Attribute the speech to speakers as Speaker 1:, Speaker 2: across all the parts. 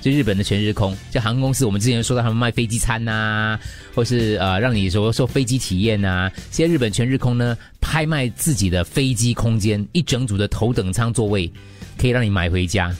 Speaker 1: 就日本的全日空，就航空公司，我们之前说到他们卖飞机餐呐、或是呃让你说说飞机体验呐、现在日本全日空呢拍卖自己的飞机空间，一整组的头等舱座位可以让你买回家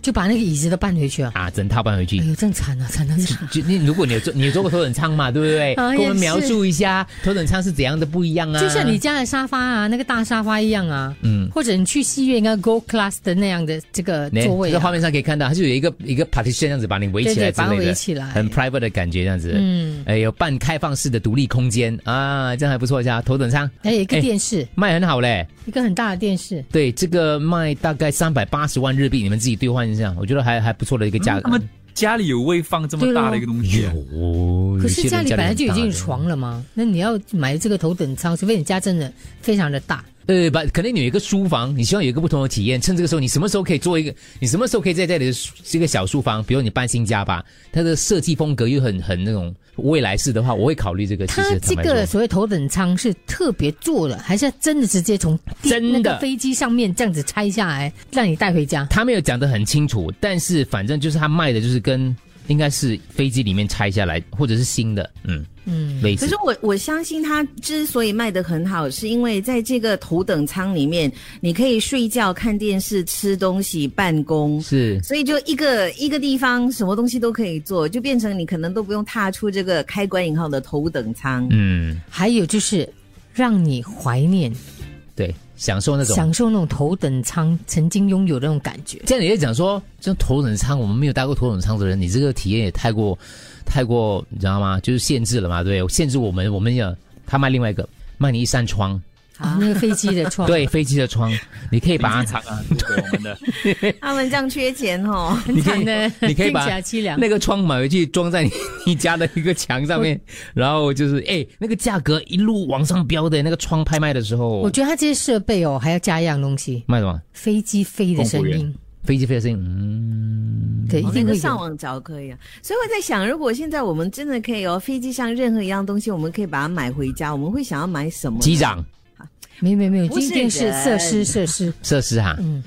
Speaker 2: 就把那个椅子都搬回去了。
Speaker 1: 啊，整套搬回去
Speaker 2: 哎。呦，真惨啊，惨的惨！
Speaker 1: 就你，如果你有坐，你有坐过头等舱嘛，对不对？
Speaker 2: 啊
Speaker 1: 跟我们
Speaker 2: 也是
Speaker 1: 描述一下头等舱是怎样的不一样啊？
Speaker 2: 就像你家的沙发啊，那个大沙发一样啊，
Speaker 1: 嗯，
Speaker 2: 或者你去戏院应该 Go Class 的那样的这个
Speaker 1: 那
Speaker 2: 座位、
Speaker 1: 这个画
Speaker 2: 啊，
Speaker 1: 面上可以看到，它就有一个一个 partition 这样子把你围
Speaker 2: 对
Speaker 1: 起来
Speaker 2: 对，
Speaker 1: 之
Speaker 2: 把它
Speaker 1: 类
Speaker 2: 围
Speaker 1: 的，
Speaker 2: 起来，
Speaker 1: 很 private 的感觉这样子。
Speaker 2: 嗯，
Speaker 1: 哎，有半开放式的独立空间啊，这样还不错。家头等舱
Speaker 2: 还有一个
Speaker 1: 哎
Speaker 2: 电视，
Speaker 1: 卖很好嘞，
Speaker 2: 一个很大的电视，
Speaker 1: 对，这个卖大概三百八十万日币，你们自己兑换一下，我觉得还还不错的一个价
Speaker 3: 他
Speaker 1: 格。
Speaker 3: 们家里有位放这么大的一个东西啊，
Speaker 1: 有，
Speaker 2: 可是
Speaker 1: 有些
Speaker 2: 家
Speaker 1: 人
Speaker 2: 里本来就已经有
Speaker 1: 很大的
Speaker 2: 床了嘛，那你要买这个头等舱，除非你家真的非常的大，
Speaker 1: 呃，把肯定你有一个书房，你希望有一个不同的体验。趁这个时候，你什么时候可以做一个？你什么时候可以在这里的书这个小书房？比如你搬新家吧，它的设计风格又很很那种未来式的话，我会考虑这个。其
Speaker 2: 它
Speaker 1: 实
Speaker 2: 这
Speaker 1: 坦白说
Speaker 2: 个所谓头等舱是特别做的，还是真的直接从地
Speaker 1: 真的
Speaker 2: 那个飞机上面这样子拆下来，让你带回家？
Speaker 1: 他没有讲得很清楚，但是反正就是他卖的就是跟应该是飞机里面拆下来或者是新的，嗯嗯，类
Speaker 4: 可
Speaker 1: 似
Speaker 4: 是。我我相信它之所以卖得很好，是因为在这个头等舱里面，你可以睡觉、看电视、吃东西、办公。
Speaker 1: 是
Speaker 4: 所以就一个一个地方，什么东西都可以做，就变成你可能都不用踏出这个开关引号的头等舱。
Speaker 1: 嗯，
Speaker 2: 还有就是让你怀念、
Speaker 1: 对，享受那种。
Speaker 2: 享受那种头等舱曾经拥有的那种感觉。
Speaker 1: 这样你也讲说，像头等舱，我们没有搭过头等舱的人，你这个体验也太过，太过，你知道吗？就是限制了嘛，对，限制我们，我们要他卖另外一个，卖你一扇窗，
Speaker 2: 啊，那个飞机 的
Speaker 4: 哦
Speaker 2: 窗，
Speaker 1: 对，飞机的窗，你可以把
Speaker 3: 非
Speaker 1: 它
Speaker 3: 常啊， 对我们的。
Speaker 4: 他们这样缺钱哦，
Speaker 2: 很 惨的，
Speaker 1: 你可以
Speaker 2: 听
Speaker 1: 把
Speaker 2: 起来凄凉。
Speaker 1: 那个窗买回去装在你你家的一个墙上面，然后就是哎，那个价格一路往上飙的那个窗拍卖的时候
Speaker 2: 我，觉得它这些设备哦，还要加一样东西，
Speaker 1: 卖什么？
Speaker 2: 飞机飞的声
Speaker 3: 空
Speaker 2: 音，
Speaker 1: 飞机飞的声音，嗯，
Speaker 2: 对，一
Speaker 4: 哦那
Speaker 2: 定
Speaker 4: 个
Speaker 2: 会
Speaker 4: 上
Speaker 2: 有。
Speaker 4: 网找可以啊。所以我在想，如果现在我们真的可以哦，飞机上任何一样东西，我们可以把它买回家，我们会想要买什么呢？
Speaker 1: 机长
Speaker 2: 没有没有没有，
Speaker 4: 不是
Speaker 2: 一定是
Speaker 4: 人
Speaker 2: 设施设施，
Speaker 1: 设施哈，
Speaker 2: 嗯，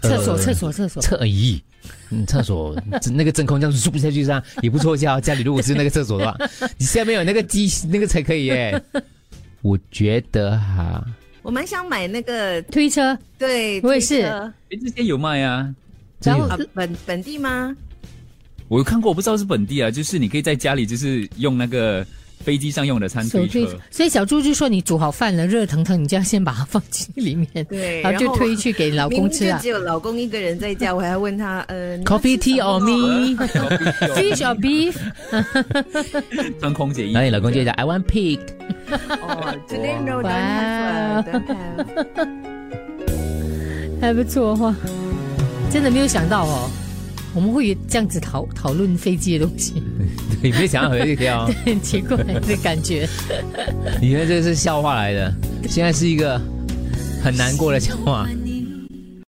Speaker 2: 厕所
Speaker 1: 呃
Speaker 2: 厕所厕所，
Speaker 1: 厕咦，嗯，厕所 那个真空这样竖下去上也不错下。家里如果是那个厕所的话， 你下面有那个机那个才可以耶。我觉得哈，
Speaker 4: 我蛮想买那个，
Speaker 2: 推车，
Speaker 4: 对，
Speaker 2: 我也是
Speaker 4: 推车
Speaker 3: 哎，这些有卖啊，
Speaker 1: 这
Speaker 2: 然
Speaker 1: 有
Speaker 2: 后
Speaker 4: 啊，本本地吗？
Speaker 3: 我有看过，我不知道是本地啊，就是你可以在家里就是用那个飞机上用的餐
Speaker 2: 手
Speaker 3: 推
Speaker 2: 推
Speaker 3: 车，，
Speaker 2: 所以小猪就说你煮好饭了，热腾腾，你就要先把它放进里面，
Speaker 4: 对
Speaker 2: 然后
Speaker 4: 然
Speaker 2: 就
Speaker 4: 后
Speaker 2: 推去给老
Speaker 4: 明
Speaker 2: 公
Speaker 4: 明
Speaker 2: 吃
Speaker 4: 就
Speaker 2: 啊
Speaker 4: 只。有老公一个人在家，我还问他，呃
Speaker 1: coffee tea or me？
Speaker 3: 哦
Speaker 2: Fish or beef？
Speaker 3: 穿空姐衣服。
Speaker 1: 然后你老公就讲 I want pig。
Speaker 4: 哦，today no
Speaker 2: 哇
Speaker 4: don't have，don't have。
Speaker 2: 还不错哈，真的没有想到哦，我们会有这样子讨讨论飞机的东西，
Speaker 1: 你别想要回去听哦，
Speaker 2: 很奇怪的感觉。
Speaker 1: 你原来这是笑话来的，现在是一个很难过的笑话。